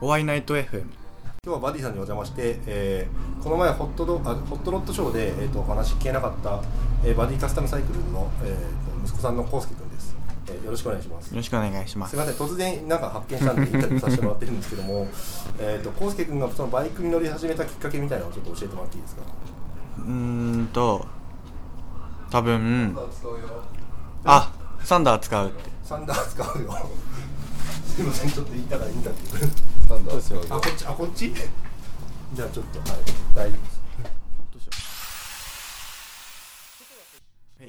お会いナイト FM 今日はバディさんにお邪魔して、えーこの前ホットドあホットロットショーで、えー、とお話聞けなかった、えーバディカスタムサイクルの、えーと息子さんの康介くんです、えーよろしくお願いしますよろしくお願いしますすみません突然なんか発見したんでインタビューさせてもらってるんですけどもえーと康介くんがそのバイクに乗り始めたきっかけみたいなのをちょっと教えてもらっていいですかうーんと多分あサンダー使うってサンダー使うよすいませんちょっと言いたからインタビューサンダー使うよあこっちあこっ ちじゃあちょっとはい大丈夫です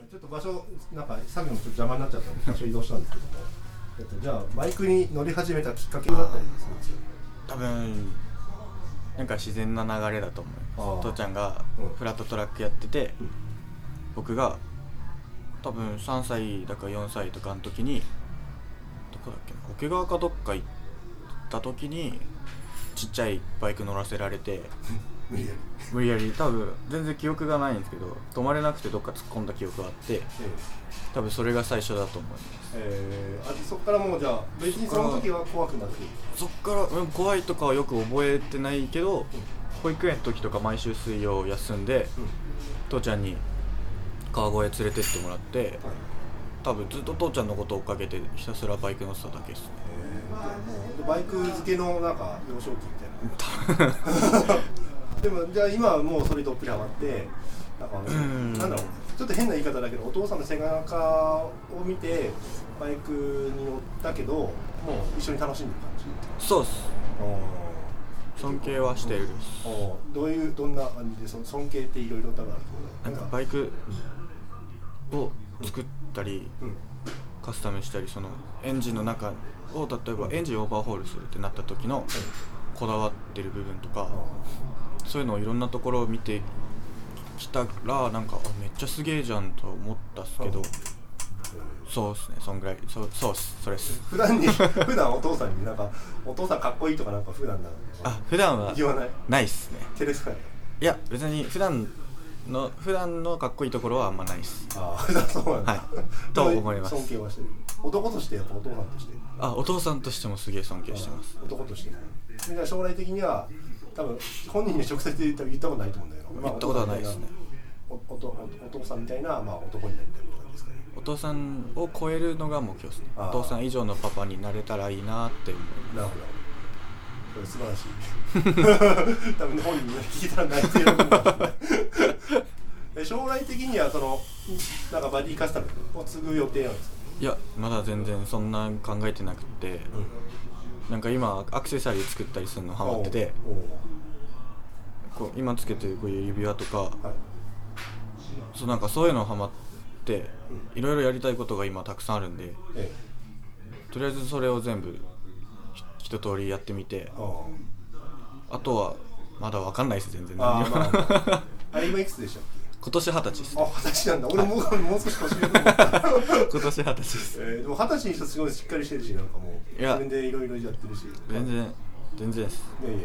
ちょっと場所なんか作業のちょっと邪魔になっちゃったんで場所移動したんですけどもえっとじゃあバイクに乗り始めたきっかけだったりするんですよ多分なんか自然な流れだと思いまあーす父ちゃんがうんフラットトラックやってて、うん僕が多分3歳だか4歳とかの時にどこだっけな桶川かどっか行った時にちっちゃいバイク乗らせられ て無理やり無理やり多分全然記憶がないんですけど止まれなくてどっか突っ込んだ記憶があってえ多分それが最初だと思いますえあそこからもうじゃあ別にその時は怖くなくそっから、うん、怖いとかはよく覚えてないけど保育園の時とか毎週水曜休んで父ちゃんに川越連れてってもらってはい多分ずっと父ちゃんのことを追っかけてひたすらバイク乗ってただけですねえーバイク漬けのなんか幼少期みたいなでもじゃあ今はもうそれどっぷりハマってなんかあのんなんだろうちょっと変な言い方だけどお父さんの背中を見てバイクに乗ったけどもう一緒に楽しんでる感 じそうっす尊敬はしてるですおーおーどういうどんな感じでその尊敬っていろいろ多分あなるけんどかバイクを作ったりうんカスタムしたりそのエンジンの中を例えばエンジンオーバーホールするってなった時のこだわってる部分とかそういうのをいろんなところを見てきたらなんかあめっちゃすげえじゃんと思ったっすけどそうっすねそんぐらいそうそうっすそれっす普段に 普段お父さんになんかお父さんかっこいいとかなんか普段なんかあ普段は言わないないっすね照れくさいいや別に普段の普段のかっこいいところはあんまないっすああそうなんだ、はいと思います尊敬はしてる男としてやっぱお父さんとしてあお父さんとしてもすげえ尊敬してます男としてじゃあ将来的には多分本人に直接言った言ったことないと思うんだよな、言ったことはないですねおおとおお父さんみたいな、まあ、男になりたいみたいな感じですかねお父さんを超えるのが目標ですねあーお父さん以上のパパになれたらいいなって思いますなるほどそれ素晴らしい多分本人に聞いたら泣いてると思うんだけど将来的にはそのなんかバディカスタムを継ぐ予定なんですか、いやまだ全然そんな考えてなくて、なんか今アクセサリー作ったりするのハマってておうこう今つけてるこういう指輪とかおうはいそうなんかそういうのハマっていろいろやりたいことが今たくさんあるんでええとりあえずそれを全部ひ一通りやってみてあああとはまだわかんないです全然あー、何もまあ、あれ今いくつでしたっ 今年二十歳ですけあ、二十歳なんだ。俺もう、もう少し年上だと思った。今年二十歳です えー、でも二十歳にしてすごいしっかりしてるし、なんかもう、いや自分でいろいろやってるし。いやい全然全然ですや、でも、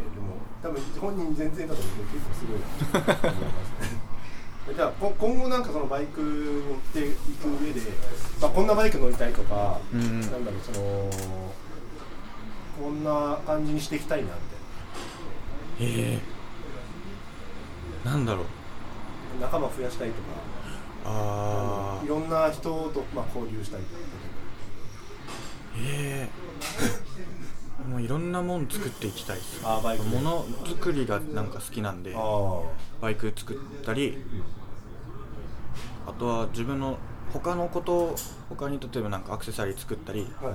多分本人全然だと思うけど、結構すごいなと思いますね。 じゃあこ今後なんかそのバイクに乗っていく上で、まあ、こんなバイク乗りたいとか、うんうんなんだろうそのこんな感じにしていきたいなみたいええなんだろうな仲間増やしたいとかあいろんな人と、まあ、交流したいとかええ もういろんなもん作っていきたいですあーバイクでもの作りがなんか好きなんでああバイク作ったりあとは自分の他のことを他に例えばなんかアクセサリー作ったりはい。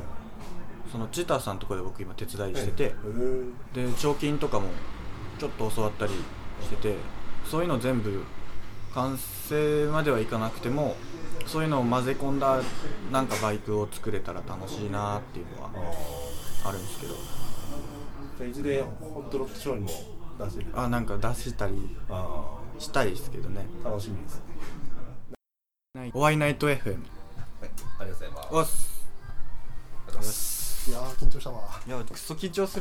そのチーターさんとこで僕今手伝いしててで彫金とかもちょっと教わったりしててそういうの全部完成まではいかなくてもそういうのを混ぜ込んだなんかバイクを作れたら楽しいなっていうのはあるんですけどじゃあいずれホットロットショーにも出せる。あなんか出したりあしたいですけどねあ、楽しみですね。お会いナイト FM はい、ありがとうございます。おっすありがとうございます。いやー緊張したわ。いやクソ緊張する